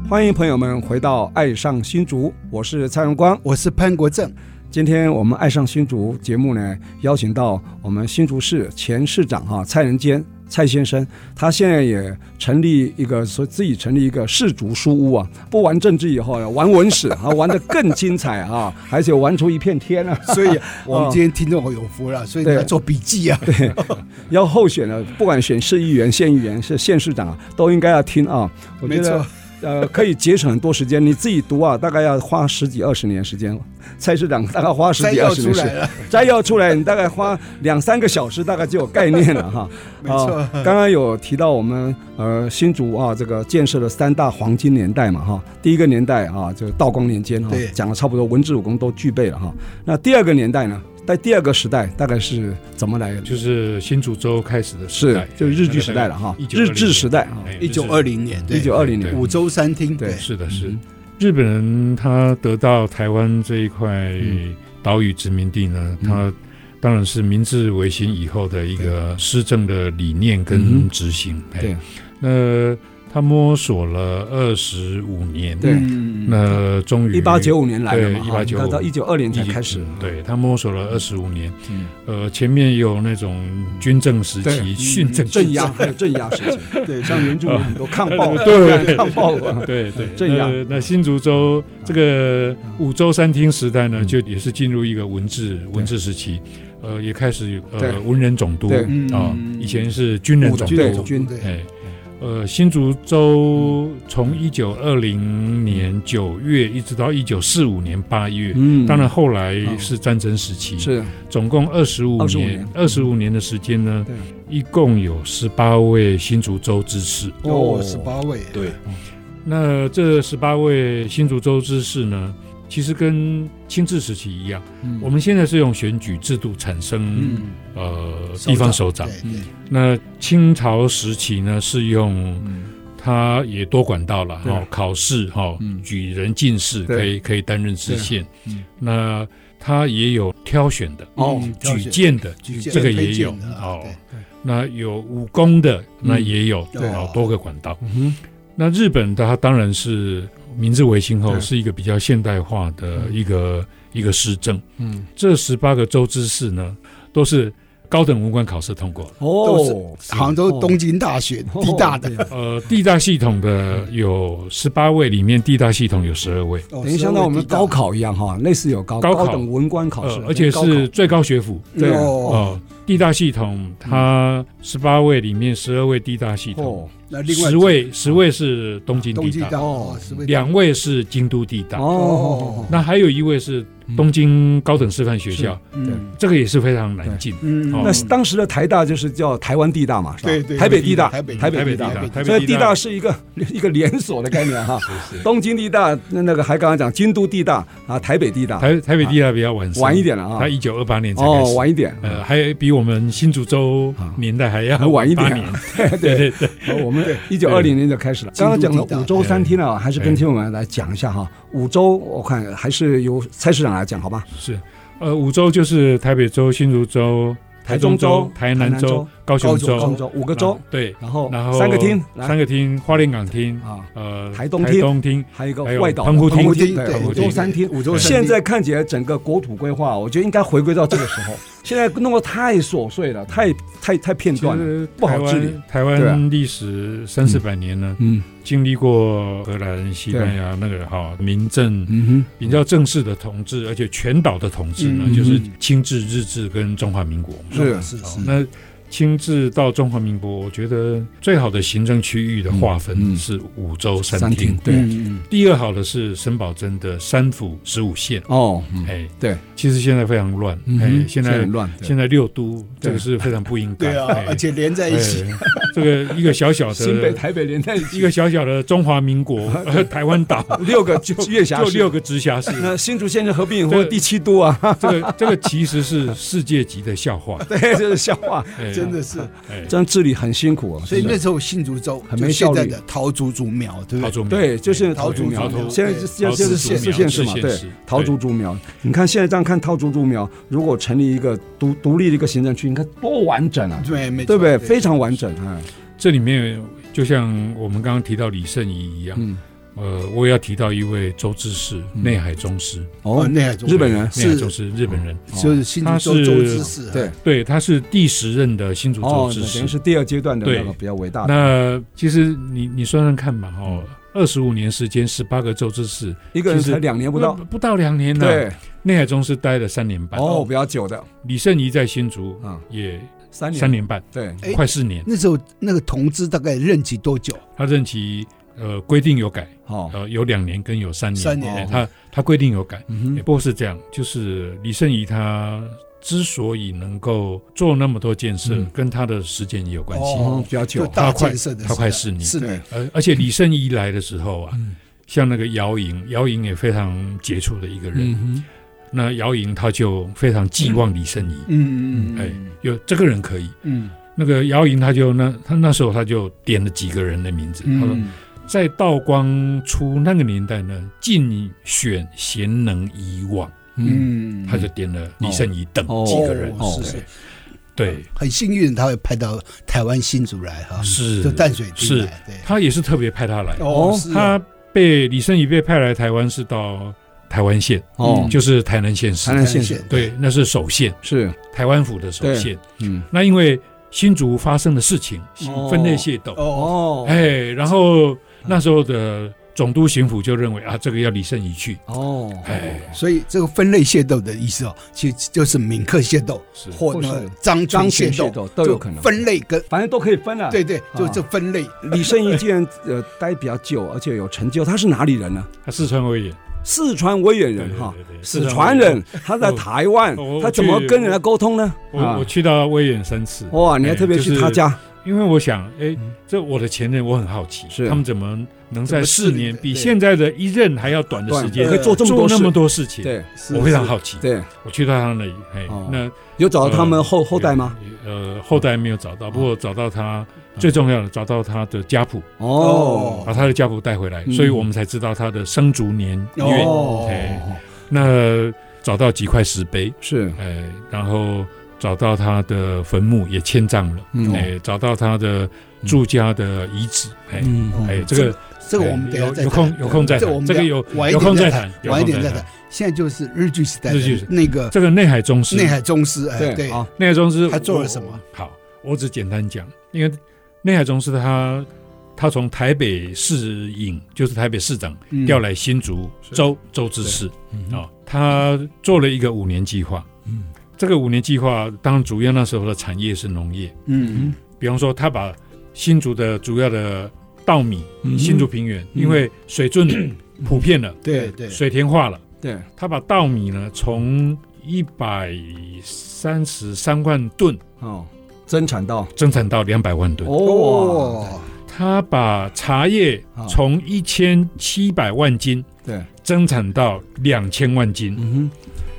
A: 欢迎朋友们回到《爱上新竹》，我是蔡荣光。
B: 我是潘国正，
A: 今天我们爱上新竹节目呢，邀请到我们新竹市前市长哈、蔡仁坚蔡先生，他现在也成立一个说自己成立一个市竹书屋啊，不玩政治以后呢，玩文史啊，玩的更精彩啊，而且玩出一片天啊。
B: 所以我们今天听众有福了，所以你要
A: 对
B: 做笔记啊。
A: 要候选呢，不管选市议员、县议员、是县市长啊，都应该要听啊。我觉
B: 没
A: 得
B: 错。
A: 呃，可以节省很多时间。你自己读啊，大概要花十几二十年时间。蔡市长大概花十
B: 摘
A: 几
B: 要
A: 二十
B: 出
A: 年时
B: 来
A: 间。
B: 了，
A: 摘要出来，你大概花两三个小时，大概就有概念了 哈。
B: 没错
A: 啊刚刚有提到我们呃新竹啊，这个建设了三大黄金年代嘛哈。第一个年代啊，就是道光年间哈
B: 对，
A: 讲的差不多，文治武功都具备了哈。那第二个年代呢，在第二个时代大概是怎么来？
C: 就是新竹州开始的时
A: 是
C: 代，
A: 就是日据时代了哈，
C: 1920
A: 日治时代啊，
C: 哎
B: 一九二零年，
A: 一
B: 对，
A: 九二零
C: 对
A: 年
B: 五洲三厅，
A: 对
B: 对，
C: 是的，是
A: 嗯
C: 日本人他得到台湾这一块
A: 嗯
C: 岛屿殖民地呢，
A: 嗯
C: 他当然是明治维新以后的一个施政的理念
A: 嗯哼
C: 跟执行。哎
A: 对，
C: 那他摸索了二十五年，
A: 对
B: 嗯，
C: 那终于
A: 一八九五年来的嘛
C: 对
A: 哈，
C: 1895
A: 到到一九二零才
C: 一嗯
A: 开始，
C: 对他摸索了二十五年，
A: 嗯
C: 呃，前面有那种军政时
A: 对嗯
C: 期、训政时期
A: 镇压，还有镇压时期， 对，像原住民很多抗暴，
C: 对
A: 抗暴啊，
C: 对对，
A: 镇压
C: 那那新竹州这个五州三厅时代呢，
A: 嗯
C: 就也是进入一个文治文治时期，呃，也开始有
A: 对
C: 呃文人总督
A: 对
B: 嗯
C: 啊，以前是军人总
A: 军人
C: 督
A: 总，军
B: 对，
C: 哎，呃，新竹州从一九二零年九月一直到一九四五年八月。
A: 嗯
C: 当然，后来是战争时期，
A: 是
C: 总共二十五
A: 25
C: 年
A: 年，
C: 二十五年的时间呢
A: 对，
C: 一共有十八位新竹州知事，
B: 哦，十八位，
C: 对，那这十八位新竹州知事呢，其实跟清治时期一样，
A: 嗯
C: 我们现在是用选举制度产生、
A: 嗯
C: 呃地方首长。
B: 对对，
C: 那清朝时期呢，是用
A: 嗯
C: 它也多管道了
A: 对
C: 哈、哦，考试哈、哦
A: 嗯
C: 举人进士
A: 对
C: 可以可以担任
B: 啊
C: 知县
A: 对嗯。
C: 那它也有挑选的、
A: 哦
B: 嗯挑
C: 举
B: 选
C: 荐的，
B: 举荐
C: 这个也
B: 推荐
C: 有
B: 的啊
C: 哦
B: 对。嗯
C: 那有武功的，那也有
B: 对
C: 哦，多个管道。
A: 嗯
C: 那日本它当然是明治维新后
A: 对
C: 是一个比较现代化的一个、一个施政。
A: 嗯
C: 这十八个州知事呢，都是高等文官考试通过。
A: 哦，
B: 杭州东京大学
A: 哦
B: 地大的，，
A: 对
C: 呃，地大系统的有十八位，里面地大系统有十二位，
B: 等
A: 哦等于相当于我们高，考一样哈，类似有高
C: 高考
A: 等文官考试
C: 呃，，而且
A: 高考
C: 是最高学府。呃
A: 对
B: 哦，
C: 哦，地大系统它十八位里面十二位地大系统，
A: 哦
B: 那另外
C: 十位十位是东京
B: 冬
C: 地
B: 季
C: 大，
B: 大哦，十位
C: 两位是京都地大，
A: 哦，
C: 那还有一位是东京高等师范学校，
B: 嗯
C: 这个也是非常难进。
B: 嗯
C: 哦
A: 那是当时的台大就是叫台湾地大嘛，是吧？
B: 对对
A: 台北地大，
B: 台北
A: 台北
C: 台
A: 地
C: 北
A: 大
C: 地大，台
A: 所
C: 北
A: 以地
C: 地大
A: 大是一个 一个连锁的概念哈。
C: 是
A: 东京地大，那那个还刚刚讲京都地大啊，台北地大，
C: 台台北地大比较晚生
A: 晚一，点了啊
C: 他。一九二八年才开
A: 哦，
C: 始，
A: 晚一点，
C: 呃，还比我们新竹州年代还要
A: 还晚一点啊
C: 8年对对对，
A: 哦 我们一九二零年就开始了。
B: 京
A: 刚
B: 都
A: 刚
B: 地大
A: 讲了五洲三厅啊，还是跟
C: 哎
A: 听友们来讲一下哈。五洲，我看还是由蔡市长来讲，好吧？
C: 是，呃，五州就是台北州、新竹州、台中州、台南
A: 台南州
C: 州、高雄
A: 高雄
C: 州、
A: 州
C: 啊
A: 五个州，
C: 对，
A: 然后
C: 然后
A: 三个厅，
C: 三个厅，花莲港厅，
A: 啊，
C: 呃，
A: 台东厅
C: 台东厅，
A: 还有一个
C: 还有
A: 外岛
C: 澎湖
A: 对
C: 厅
B: 对
A: 对，
B: 澎
A: 五
B: 湖
A: 洲
C: 厅
A: 三厅，
B: 五洲三
A: 现
B: 厅
A: 在看起来整个国土规划，我觉得应该回归到这个时候。现在弄得太琐碎了，太太太片
C: 其
A: 段了。
C: 实
A: 不好
C: 台
A: 治理
C: 湾台
A: 对啊
C: 湾历史三四百年呢，
A: 嗯
C: 经历过荷兰、西班牙那个哈民政
A: 嗯
C: 比较正式的统治，而且全岛的统治呢
B: 嗯，
C: 就是清治、日治跟中华民国嘛。
A: 是哦
B: 是
C: 好
B: 是，
C: 那清治到中华民国，我觉得最好的行政区域的划
A: 嗯嗯
C: 分是五州
A: 哼，
C: 三
A: 三厅
C: 厅，
A: 对
B: 嗯
C: 第二好的是沈葆桢的三府十五县。
A: 哦，嗯
C: 哎，
A: 对，
C: 其实现在非常乱，
A: 嗯
C: 哎
A: 哼，
C: 现在
A: 很乱，对
C: 现在六都这个
A: 对
C: 是非常不应该，
B: 对啊
C: 哎，
B: 而且连在一起，
C: 哎这个一个小小
A: 新北
C: 的
A: 台北连在一
C: 一
A: 起，
C: 个小小的中华 民国呃台湾岛，
A: 六个就月
C: 就
A: 辖市，
C: 六个直辖市，
A: 嗯那新竹县是合并
C: 这
A: 或
C: 个
A: 第七都啊，
C: 这个这个其实是世界级的笑话，
A: 对，这是笑话。
C: 哎
B: 真的是。
C: 哎
A: 这样治理很辛苦啊，
B: 所以
A: 真的
B: 那时候新竹州
A: 很
B: 就
A: 没效
B: 现
A: 率
B: 在的桃竹竹苗，对不
C: 陶
B: 对？
C: 祖明
A: 对，就是
C: 哎
A: 桃竹苗
B: 桃竹，
A: 现在
B: 对
A: 现在
C: 桃
A: 现
C: 竹
A: 在
C: 竹苗
A: 是县市嘛，
C: 是县
A: 对
C: 市，
A: 桃竹竹苗。你看现在这样看桃竹竹苗，如果成立一个独独立的一个行政区，你看多完整啊，
B: 对，没错
A: 对不对？非常完整，哎，
C: 这里面就像我们刚刚提到李圣仪一样，
A: 嗯，
C: 呃，我也要提到一位周知士，内海宗师，
B: 哦，
A: 哦，
B: 那海中
A: 日本人哦
C: 内海
B: 是
C: 宗师日本人，
B: 就是新竹州
C: 他是
B: 州知啊事，
A: 对，
C: 对，他是第十任的新竹州
A: 哦，
C: 知
A: 那
C: 事
A: 等于。是第二阶段的那个
C: 对
A: 比较伟大的，嗯
C: 那其实你你算算看嘛，哦，二十五年时间，十八个州知事，
A: 一个人才
C: 其实
A: 两年不到，
C: 不到两年呢。啊
A: 对，
C: 内海宗师待了三年半，
A: 哦，比较久的，
C: 李圣仪在新竹
A: 嗯，
C: 也
A: 三年，
C: 三，年半，
A: 对，
B: 哎
C: 快四年。
B: 那时候那个同志大概任期多久？
C: 他任期呃规定有改，
A: 好，
C: 呃有两年跟有三年，
B: 三年
C: 哎他他规定有改。
A: 嗯
C: 也
A: 哼，
C: 不过是这样，就是李圣仪他之所以能够做那么多建设，
A: 嗯
C: 跟他的时间也有关系。
A: 哦，比较
B: 就
A: 久，
B: 大建设的时代，
C: 他快四年
B: 四年，
C: 而而且李圣仪来的时候啊，
A: 嗯
C: 像那个姚莹，姚莹也非常杰出的一个人。
A: 嗯
C: 那姚莹他就非常寄望李圣仪，
B: 嗯嗯嗯，
C: 哎，有这个人可以。
B: 嗯
C: 那个姚莹他就那他那时候他就点了几个人的名字，他说
B: 嗯，
C: 在道光初那个年代呢，竞选贤能以往，
A: 哼，嗯，
B: 嗯，
C: 他就点了李圣仪等
A: 哦
C: 几个人。
A: 哦
B: 是是，
C: 对，
B: 很幸运他会派到台湾新竹来哈，
C: 是
B: 就淡水地
C: 是
B: 来，对，
C: 他也是特别派他来，
A: 哦
B: 是啊
C: 他被李圣仪被派来台湾是到台湾县，
A: 哦，
C: 就是台南县市
A: 台，南
B: 台
A: 县
B: 南
A: 市
B: 县，
C: 对，那是首县，
A: 是，
C: 台湾府的首县。
A: 嗯，
C: 那因为新竹发生的事情
A: 哦，
C: 分类械斗，
A: 哦，
B: 哦，
C: 哎，然后那时候的总督巡抚就认为啊，这个要李圣仪去，
A: 哦，
C: 哎，
B: 所以这个分类械斗的意思哦，其实就是闽客械斗
C: 是
B: 或
A: 或
B: 那
A: 是张
B: 漳泉
A: 显
B: 械
A: 械
B: 斗
A: 斗都有可能
B: 就，分类跟
A: 反正都可以分啊。
B: 对，对，就
A: 啊
B: 这分类
A: 李圣仪既然呃待比较久，而且有成就，他是哪里人呢？
C: 他四川威也，
A: 四川威远人
C: 对
A: 哈
C: 对对，对
A: 四川人，他在
C: 哦
A: 台湾
C: 哦我，
A: 他怎么跟人家沟通呢？
C: 我
A: 啊
C: 我，去到威远三次，
A: 哇，你还特别
C: 哎就
A: 去
C: 是
A: 他家，嗯
C: 因为我想，哎，这我的前任我很好奇
A: 是，
C: 他们怎么能
B: 怎么
C: 在
B: 治
C: 四
B: 理
C: 年
B: 的
C: 比
B: 对
C: 现在的一任还要短的时间
A: 可以做这么
C: 做
A: 多事
C: 那么，多事情？
A: 对
C: 我非常好奇。
A: 对，
C: 我去到他那里，哎
A: 哦，
C: 那
A: 有找到他们后
C: 呃
A: 后代吗？？哦嗯
C: 呃，后代没有找到，不过找到他最重要的，找到他的家谱，
A: 哦，
C: 把他的家谱带回来，
A: 嗯
C: 所以我们才知道他的生卒年月。
B: 哦
C: 哎，那找到几块石碑，
A: 是，
C: 哎，然后找到他的坟墓也迁葬了，
A: 嗯
B: 哦
C: 哎，找到他的住家的遗址，哎。
A: 嗯
B: 哦
C: 哎，这个
B: 这个我们
C: 哎
B: 等一下
C: 有
B: 再
C: 有空
B: 谈
C: 有空再
B: 这个我们
C: 谈，这个有
B: 晚一
C: 有
B: 点
C: 空
B: 再
C: 再
B: 谈
C: 谈，
B: 晚一点再
C: 再
B: 谈。。现在就是日剧时代，
C: 日剧时代
B: 那个
C: 这个内海宗师，
B: 内海宗师，哎，
A: 对
B: 对，
A: 啊，
C: 内海宗师
B: 他做了
C: 我
B: 什么？
C: 好，我只简单讲，因为内海宗师他他从台北市影，就是台北市长
B: 嗯
C: 调来新竹州州知事啊，他做了一个五年计划。
A: 嗯
C: 这个五年计划，当然主要那时候的产业是农业，
B: 嗯
C: 比方说他把新竹的主要的稻米，
A: 嗯哼
C: 新竹平原，
A: 嗯
C: 因为水圳普遍了，
B: 对对
C: 水田化了，
A: 对，
C: 他把稻米呢从一百三十三万吨
A: 哦，增产到
C: 增产到两百万吨，
A: 哦，
B: 哦，
C: 他把茶叶
A: 啊
C: 从一千七百万斤
A: 对，
C: 增产到两千万斤，
A: 嗯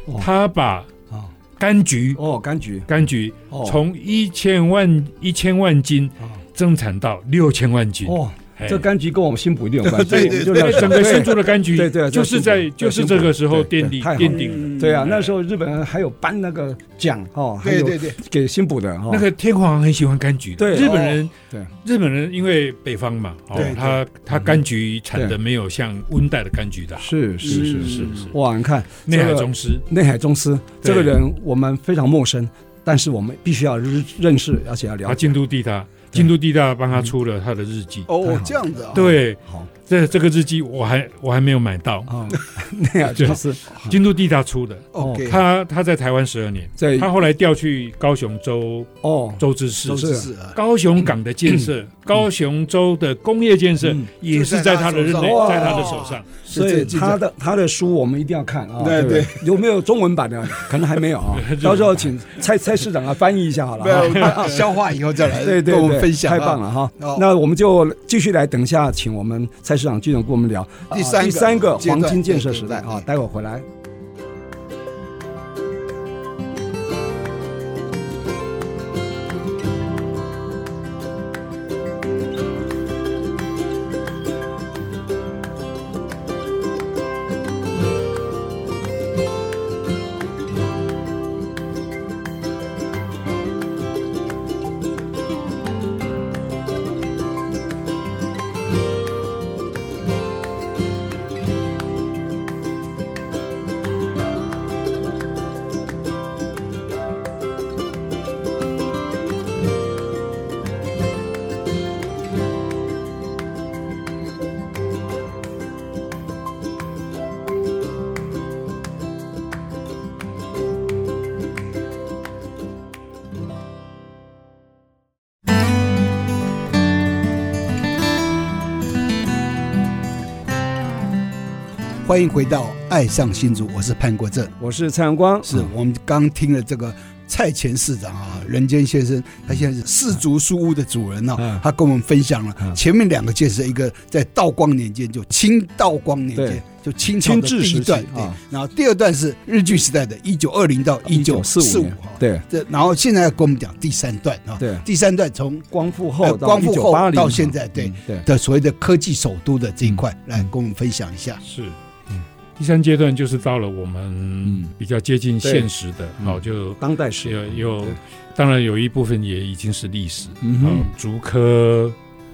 A: 哦
C: 他把
A: 哼，啊，
C: 柑橘
A: 哦，柑橘，
C: 柑橘
A: 哦，
C: 从一千万一千万斤
A: 哦
C: 增产到六千万斤，
A: 哦，
C: 嘿
A: 这柑橘跟我们新埔一定有关系，
B: 对
A: 我们
B: 对
A: 就
C: 哎对
A: 要
C: 整个新竹的柑橘，
A: 对对啊对
C: 就是在就是这个时候奠定
A: 太好了
C: 奠
B: 嗯
C: 定了
A: 对啊，那时候日本人还有颁那个奖哦，还
B: 对
A: 有
B: 对对，
A: 给新埔的哦，
C: 那个天皇很喜欢柑橘的，
A: 对
C: 日本人
A: 对
C: 日本人因为北方嘛，哦
B: 对对，
C: 他他柑橘产
A: 对
C: 的没有像温带的柑橘的好，
A: 是是是
C: 是
A: 是，
C: 是是，
A: 哇，你看
C: 内海
A: 这个
C: 宗师，
A: 内海宗师这
C: 对
A: 个人，我们非常陌生，但是我们必须要认认识，而且要
C: 他
A: 了解。
C: 京都地大，京都地大帮他出了他的日记，
A: 太好
B: 哦
A: 了，
B: 这样子啊，
C: 对，
A: 好
C: 这这个日记我还我还没有买到，
A: 哦， 内海宗师
C: 京都地大出的，
B: ，OK，
A: 哦
C: 他他在台湾十二年，
A: 在
C: 他后来调去高雄州
A: 哦，
C: 州知事
B: 都，是
A: 是
B: 是啊，
C: 高雄港的建设，高雄州的工业建设
A: 嗯
C: 也是在他的任内
B: 就，在
C: 在他
B: 他
C: 的
B: 手上
C: 手上。
A: 所以他的他的书我们一定要看啊，
B: 对
A: 对不对，有没有中文版的？可能还没有啊，到时候请蔡蔡市长啊翻译一下好了
B: 没
A: 啊。
B: 有消化以后再来
A: 对对
B: 哎跟
A: 对，
B: 我们分享，
A: 太棒。了哈！
B: 哦
A: 那我们就继续来，等一下请我们蔡市长、局长跟我们聊啊
B: 第三
A: 第
B: 个
A: 三个
B: 阶
A: 黄
B: 段
A: 金建设时代
B: 对对对
A: 啊，待会儿回来。
B: 欢迎回到《爱上新竹》，我是潘国正。
A: 我是蔡阳光，
B: 是我们刚听了这个蔡前市长啊，人间先生，他现在是氏族书屋的主人
A: 嗯
B: 啊，他跟我们分享了
A: 嗯
B: 前面两个建设，一个在道光年间，就清道光年
A: 对
B: 间，就清朝的
A: 清治
B: 第
A: 时
B: 一
A: 期
B: 段，对
A: 啊，
B: 然后第二段是日据时代的，一九二零到一九四
A: 1945
B: 五啊
A: 年，对
B: 这然后现在要跟我们讲第三段啊，
A: 对
B: 第三段从
A: 光复
B: 呃
A: 后到
B: 光复后
A: 1980
B: 到现在对
A: 嗯对
B: 的所谓的科技首都的这一块，
C: 嗯
B: 来跟我们分享一下。
C: 是，
A: 嗯
C: 第三阶段就是到了我们比较接近现实的，
A: 嗯
C: 好、就
A: 当代史
C: 有有
A: 对，
C: 当然有一部分也已经是历史。
A: 嗯
C: 好
A: 哼，
C: 竹科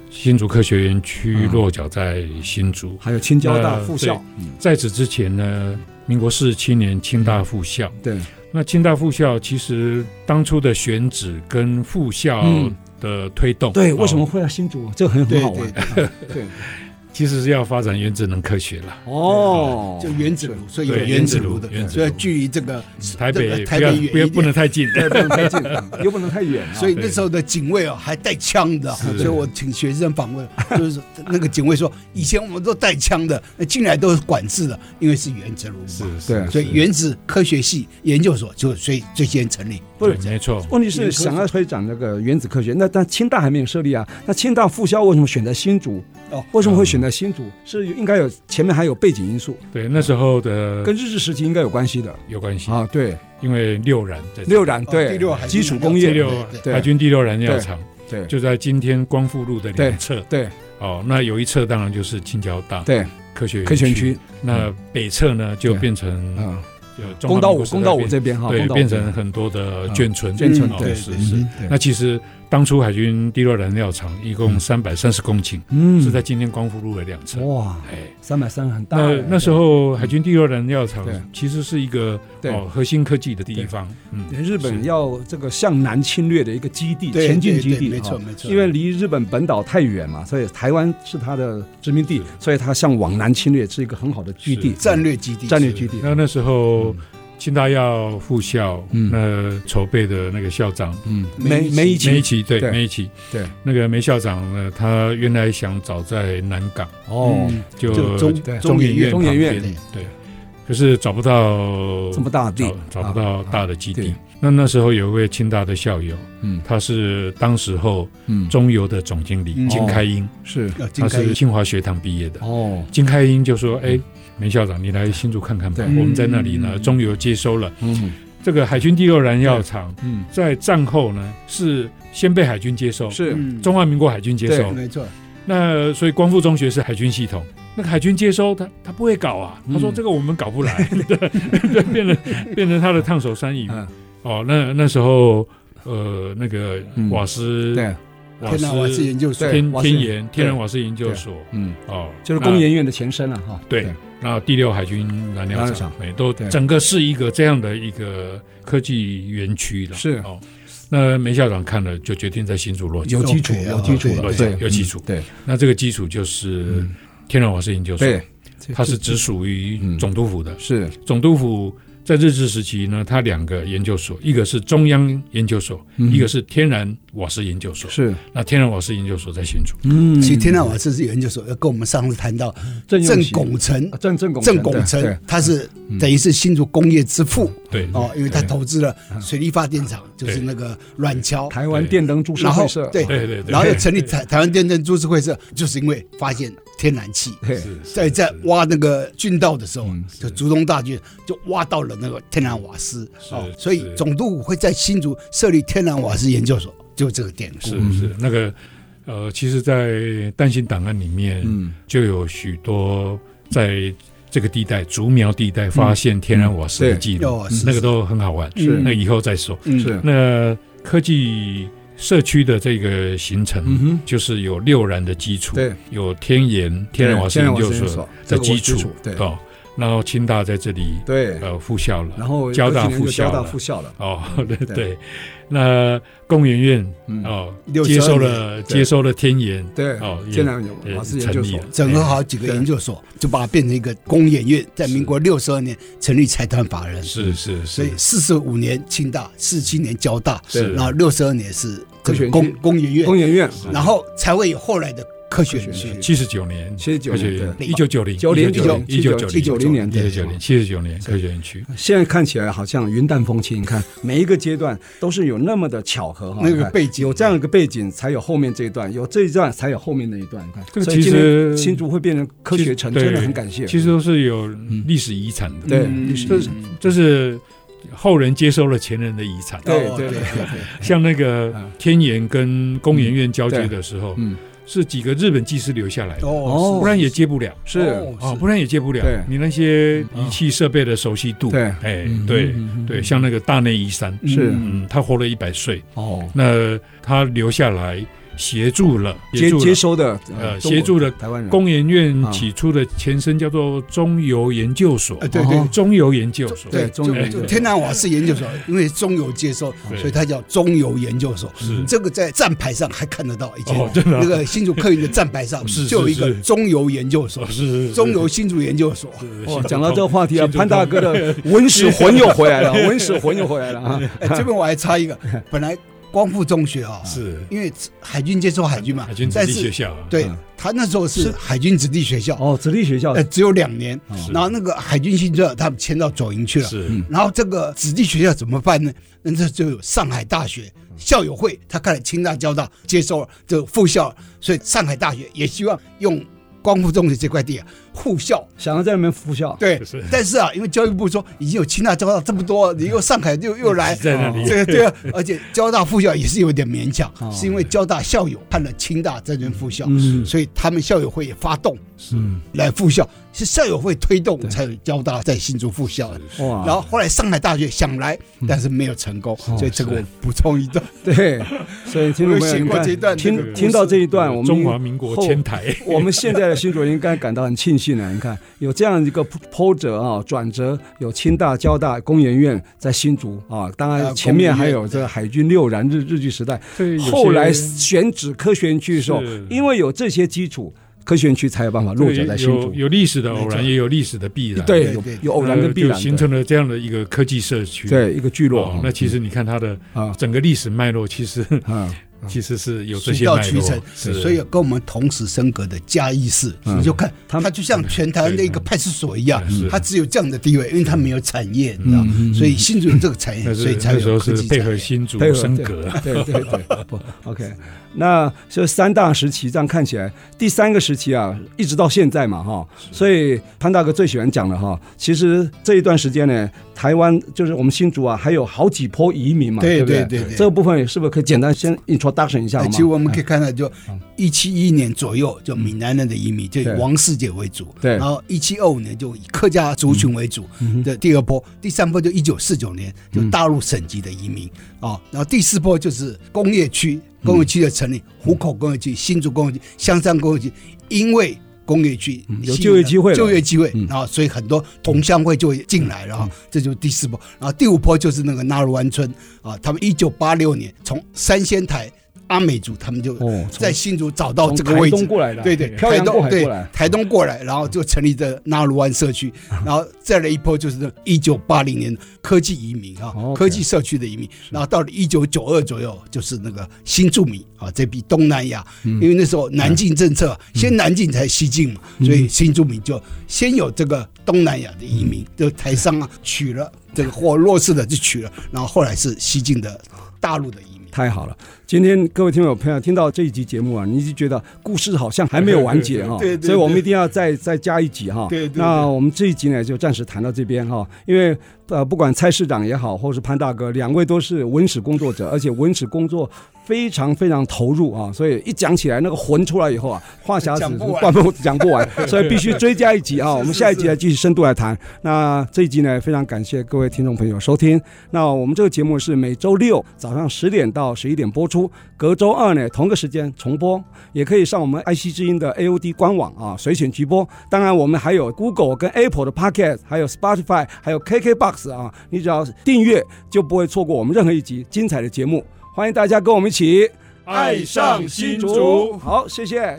C: 新竹科学园区
A: 嗯
C: 落脚在新竹，
A: 还有清交大附校嗯
C: 呃，在此之前呢，民国四十七年清大附校。
A: 对，
C: 那清大附校其实当初的选址跟附校
A: 嗯
C: 的推动，
A: 对，
C: 哦
A: 为什么会要新竹？这个
C: 嗯
A: 很很
B: 对
A: 好
B: 对
A: 玩，
B: 对，
A: 对，
C: 其实是要发展原子能科学啦。
A: 哦，
B: 就原子炉，所以有
C: 对
B: 原子炉的
C: 原子炉原，子炉
B: 所以距离这个
C: 台
B: 这
C: 北
B: 个
C: 不
B: 台北
C: 要
B: 远
C: 不要
B: 一
C: 不
B: 点
C: 能。太近，
A: 对，不能太近， 又不能太远啊，
B: 所以那时候的警卫哦，还带枪的，所以我请学生访问， 就是说那个警卫说，以前我们都带枪的，那进来都是管制的，因为是原子炉嘛。
C: 是
A: 对
C: 是，
B: 所以原子科学系研究所就最最先成立。
A: 不是
C: 对没错，
A: 问题是想要推展那个原子科学，那但清大还没有设立啊。那清大附校为什么选在新竹？
B: 哦，
A: 为什么会选
C: 嗯
A: 在新竹？是应该有前面还有背景因素，
C: 对那时候的
A: 跟日治时期应该有关系的
C: 有关系，
A: 啊。对，
C: 因为六燃在
A: 六然
B: 哦
A: 对
B: 第六海军
A: 基础工
C: 第
A: 业
C: 六啊
B: 对
A: 对
C: 海军第六燃料厂
A: 对
C: 就在今天光复路的两侧
A: 对
C: 哦，那有一侧当然就是青交大
A: 对，
C: 科学园
A: 科学园区，嗯
C: 那北侧呢就
A: 对
C: 变成
A: 啊，
C: 呃中华
A: 公道
C: 民
A: 五
C: 国时代
A: 公道五
C: 变
A: 这边哈，
C: 对
A: 公道五
C: 变
A: 这边嗯
C: 成很多的眷村
A: 眷村
C: 哦
A: 对
C: 是
B: 对
C: 是。
A: 嗯
C: 那其实当初海军第六燃料厂一共三百三十公顷，
A: 嗯
C: 是在今天光复路的两侧。
A: 哇
C: 哎，
A: 三百三很大
C: 那
A: 哎，
C: 那时候海军第六燃料厂
A: 对
C: 其实是一个
A: 对
C: 哦核心科技的地方，嗯，
A: 日本
C: 是
A: 要这个向南侵略的一个基地
B: 对
A: 前进
B: 对
A: 基
B: 对
A: 地
B: 没
A: 哈
B: 错没错
A: 因为离日本本岛太远嘛，所以台湾是它的殖民地，所以它向往南侵略是一个很好的据地
C: 是
B: 战略基地，
A: 战略据地。
C: 那那时候清大要附校，
A: 嗯
C: 呃，筹备的那个校长
A: 嗯，梅梅一
C: 梅
A: 奇，
C: 奇，对
A: 对
C: 梅奇，
A: 对，
C: 那个梅校长呢，他原来想找在南港，
A: 哦，
B: 嗯
C: 就
B: 就中
A: 对
B: 中研院
A: 中
C: 旁
A: 研
C: 边
A: 院
B: 对
C: 对，可是找不到
A: 这么大的地
C: 找，找不到大的基地。
A: 啊
C: 那那时候有一位清大的校友，
A: 嗯
C: 他是当时候
A: 嗯，
C: 中油的总经理
B: 嗯
C: 金开英，
A: 是
B: 要
C: 他
B: 金开
C: 是清华学堂毕业的。
A: 哦，
C: 金开英就说：“哎，梅校长，你来新竹看看吧
A: 对，
C: 我们在那里呢，
B: 嗯
C: 中油接收了
A: 嗯
C: 这个海军第六燃料厂，
A: 嗯，
C: 在战后呢是先被海军接收，
A: 是
B: 嗯
C: 中华民国海军接收
A: 对。
B: 没错，
C: 那所以光复中学是海军系统，那个海军接收他他不会搞啊，他说
A: 嗯
C: 这个我们搞 不来，对，变成变成他的烫手山芋。
A: 嗯，
C: 哦，那那时候呃那个
A: 嗯
C: 瓦斯、
A: 对，
C: 瓦
B: 天南瓦斯
C: 斯
B: 研究所
A: 对
C: 天
A: 瓦斯
C: 天研天然
A: 对
C: 瓦斯研究所
A: 嗯，
C: 哦，
A: 就是
C: 那
A: 工研院的前身了啊哈。
C: 对然后第六海军燃料
A: 燃料
C: 厂
A: 厂，
C: 哎，都
A: 对
C: 整个是一个这样的一个科技园区了。
A: 是
C: 哦，那梅校长看了就决定在新竹落脚。
A: 有基础，
B: OK 啊
A: 有基础了，
C: 对
A: 对，
C: 有基础
A: 嗯对
C: 那这个基础就是天然瓦斯研究所，
A: 嗯对，
C: 它是直属于
A: 嗯
C: 总督府的。
A: 是
C: 总督府在日治时期呢，它两个研究所，一个是中央研究所，
A: 嗯
C: 一个是天然瓦斯研究所。
A: 是，
C: 那天然瓦斯研究所在新竹，
A: 嗯
B: 其实天南瓦斯是研究所，跟我们上次谈到
A: 郑
B: 郑
A: 用锡
B: 拱辰
A: 啊，郑郑拱
B: 郑拱
A: 辰对
B: 辰，他是等于是新竹工业之父
C: 对，
B: 哦，因为他
C: 嗯对
B: 投资了水利发电厂，就是那个软桥
A: 对，台湾电灯株式
B: 然后
A: 会社，
B: 对
C: 对对对，
B: 然后又成立台台湾电灯株式会社，就是因为发现天然气。
A: 对
C: 是是
B: 在在挖那个郡道的时候
A: 嗯，
B: 就竹东大郡就挖到了那个天然瓦斯
C: 是
B: 哦，
C: 是
B: 所以总督府会在新竹设立天然瓦斯研究所，就这个典故。
A: 嗯
C: 是是那个呃，其实，在弹性档案里面，
A: 嗯，
C: 就有许多在这个地带竹苗地带发现天然瓦斯的记录，
B: 哦，是
C: 那个都很好玩。
A: 嗯是
C: 那以后再说。
B: 嗯
A: 是，
C: 那科技社区的这个形成，
A: 嗯哼，
C: 就是有六燃的基础，
A: 对，
C: 有天研天然瓦斯研究
A: 天然瓦斯研究
C: 所
A: 所这
C: 的基
A: 个我基
C: 础
A: 础，对
C: 哦，然后清大在这里
A: 对，
C: 呃复校了，
A: 然后
C: 交大
A: 隔几年就
C: 复校
A: 交大
C: 了
A: 复校了，
C: 哦，对
A: 对
C: 对，那工研院
A: 嗯，
C: 哦
B: 62
C: 接收了
A: 年对
C: 接收了天研，
A: 对
C: 哦，也
A: 天然
C: 也
A: 瓦斯研究
C: 成立
A: 所
C: 了，
B: 整合好几个
A: 对
B: 研究所，就把它变成一个工研院，在民国六十二年成立财团法人，
C: 是是是，
B: 所以四十五年清大，四七年交大，
C: 是
B: 然后六十二年是这
A: 科学
B: 个
A: 院
B: 工工研
A: 工
B: 院，
A: 研院，哦
B: 然后才会有后来的科学
A: 科
B: 院
A: 学
B: 区
A: 院。
C: 七十九年，
A: 79
C: 科学
A: 年
C: 院
B: 对
C: 一九九零
A: 90
C: 一九九
A: 1990 1990年
C: 一九
A: 对
C: 九零七十九年科学园区，
A: 现在看起来好像云淡风轻，你看每一个阶段都是有那么的巧合哈，
B: 那个
A: 你看
B: 背景
A: 有这样一个背景，才有后面这一段，有这一段才有后面那一段。你看，
C: 这个
A: 所以
C: 其
A: 今
C: 实
A: 天新竹会变成科学城，
C: 其实
A: 真的很感谢。
C: 其实都是有历史遗产的，
A: 嗯对
B: 嗯
A: 历史
C: 这是这是后人接收了前人的遗产。
A: 对
B: 哦
A: 对
B: 对
A: 对对，
C: 像那个
A: 嗯
C: 天研跟工研院交接的时候，
A: 嗯，
C: 是几个日本技师留下来的，
B: 哦
C: 不然也接不了。
A: 是
C: 哦，
B: 哦
C: 不然也接不了
A: 对。嗯
C: 你那些仪器设备的熟悉度，
A: 对
C: 哎，
A: 嗯
C: 对
A: 嗯嗯嗯
C: 对，像那个大内一山，
A: 是
C: 嗯，他活了一百岁，
A: 哦，
C: 那他留下来协助了，协
A: 接
C: 助了
A: 接收的
C: 呃
A: 中国
C: 协助了
A: 台湾人
C: 工研院起初的前身叫做中油研究所
B: 啊，，对
A: 哦
B: 对。
C: 中油研究所，
A: 对中油
B: 就
C: 研
B: 就
C: 究
B: 天然瓦斯研究 所，因为中油接收，
C: 对
B: 所以它叫中油研究所。
C: 是
A: 嗯
B: 这个在站牌上还看得到，以前
C: 哦真的啊
B: 那个新竹客运的站牌上
C: 是是
B: 就有一个
C: 是
B: 中油研究所
C: 哦，是
B: 中油新竹研究所。
A: 哦，讲到这个话题啊，潘大哥的文史魂又回来了，文史魂又回来了啊！
B: 哎，这边我还插 一个，本来光复中学啊，
C: 是
B: 因为海军接收海军嘛
C: 海军，子
B: 但
C: 弟学
B: 是
C: 校啊，
B: 对
A: 嗯
B: 他那时候是海军子弟学校，
A: 哦，子弟学校
B: 呃，只有两年
A: 哦，
B: 然后那个海军新社他们迁到左营去了，
C: 是
A: 嗯
B: 然后这个子弟学校怎么办呢？那这就有上海大学校友会，他看了清大、交大接收了就复校了，所以上海大学也希望用光复中学这块地啊护校。
A: 想要在那边复校，
B: 对
C: 是，
B: 但是啊，因为教育部说已经有清大、交大这么多，你又上海又又来，
C: 在那里
B: 这个对啊，而且交大复校也是有点勉强，
A: 哦
B: 是因为交大校友判了清大这边复校，
A: 嗯
B: 所以他们校友会也发动
A: 嗯，
B: 来复校，是校友会推动才有交大在新竹复校的。
A: 哇，
C: 啊
B: 然后后来上海大学想来，
C: 嗯
B: 但是没有成功，
C: 哦
B: 所以这个我补充一段。
A: 对，所以听众朋友，
B: 我有写
A: 你
B: 过这一段
A: 看，
B: 这个
A: 听
B: 故
A: 听到这一段，我们
C: 中华民国
A: 后
C: 迁台，
A: 我们现在的新竹应该感到很庆幸了。你看，有这样一个波折啊，转折，有清大、交大、工研院在新竹啊，当然
B: 呃
A: 前面还有这个海军六燃日日据时代，
C: 对有些
A: 后来选址科学园区的时候
C: 是，
A: 因为有这些基础。科学园区才有办法落脚在新
C: 有
A: 竹。
C: 有历史的偶
B: 没错
C: 然，也有历史的必然。
A: 对，
B: 对
A: 有
B: 对
A: 有偶然
C: 呃
A: 跟必然
C: 就形
A: 的
C: 成了这样的一个科技社区。
A: 对一个聚落
C: 哦
A: 哈。
C: 那其实你看它的
A: 啊
C: 整个历史脉络，其实
A: 啊，
C: 其实是有
B: 水
C: 这些
B: 到
C: 脉
B: 渠
C: 络
B: 成，，
C: 是
B: 所以有跟我们同时升格的嘉义市，
A: 嗯
B: 你就看
A: 他们
B: 它就像全台湾的一个派出所一样
C: 嗯是，
B: 它只有这样的地位，因为它没有产业，你知道吗
A: 嗯嗯嗯，
B: 所以新竹有这个产业，
C: 那
B: 所
C: 是
B: 以才
C: 那时
B: 有
C: 候
B: 科
C: 是
B: 技
C: 配合
B: 产业。
C: 新竹
A: 配合
C: 升格，
A: 对对对， 不 OK。那这三大时期这样看起来，第三个时期啊，一直到现在嘛哈，所以潘大哥最喜欢讲的哈，其实这一段时间呢，台湾就是我们新竹啊，还有好几波移民嘛，
B: 对
A: 不对
B: 对对对
A: 这个部分是不是可以简单先 introduction 一下好
B: 哎
A: 吗？嗯
B: 其实我们可以看到，就一七一年左右，就闽南人的移民，就以
A: 对
B: 王世杰为主；
A: 对嗯
B: 然后一七二五年就以客家族群为主的第二波，第三波就一九四九年就大陆省级的移民哦，然后第四波就是工业区，
A: 嗯
B: 工业区的成立，湖口工业区、新竹工业区、香山工业区，因为工业区
A: 嗯有
B: 吸引
A: 就业
B: 了
A: 机会了
B: 就业机会
A: 嗯，
B: 然后所以很多同乡会就会进来了啊，这就是第四波。然后第五波就是那个纳入湾村啊，他们一九八六年从三仙台阿美族，他们就
A: 哦从
B: 在新竹找到
A: 从
B: 这个位
A: 台
B: 置
A: 东，过来的，
B: 对对，
A: 漂
B: 台
A: 洋过
B: 东
A: 海
B: 对
A: 过来，
B: 台东过来，然后就成立的纳入湾社区，然后再来一波就是一九八零年科技移民啊
A: 哦，，OK
B: 科技社区的移民，然后到了一九九二左右就是那个新住民啊，这批东南亚，
A: 嗯
B: 因为那时候南进政策，先南进才西进嘛，
A: 嗯
B: 所以新住民就先有这个东南亚的移
A: 嗯
B: 民，就台商啊娶了这个或弱势的就娶了，然后后来是西进的大陆的移民。
A: 太好了！今天各位听友朋友听到这一集节目啊，你就觉得故事好像还没有完结哈、
B: 对对对
A: 所以我们一定要再再加一集哈、
B: 对对对
A: 那我们这一集呢就暂时谈到这边哈、因为呃，不管蔡市长也好，或是潘大哥，两位都是文史工作者，而且文史工作非常非常投入啊，所以一讲起来那个魂出来以后啊，话匣子
B: 讲不完
A: 灌不讲不完， 所以必须追加一集啊。
B: 是是
A: 我们下一集来继续深度来谈。那这一集呢，非常感谢各位听众朋友收听。那我们这个节目是每周六早上十点到十一点播出，隔周二呢同个时间重播，也可以上我们爱惜之音的 AOD 官网啊随选直播。当然，我们还有 Google 跟 Apple 的 Podcast，还有 Spotify，还有 KKBox 啊，你只要订阅就不会错过我们任何一集精彩的节目。欢迎大家跟我们一起
C: 爱上新竹。
A: 好，谢谢。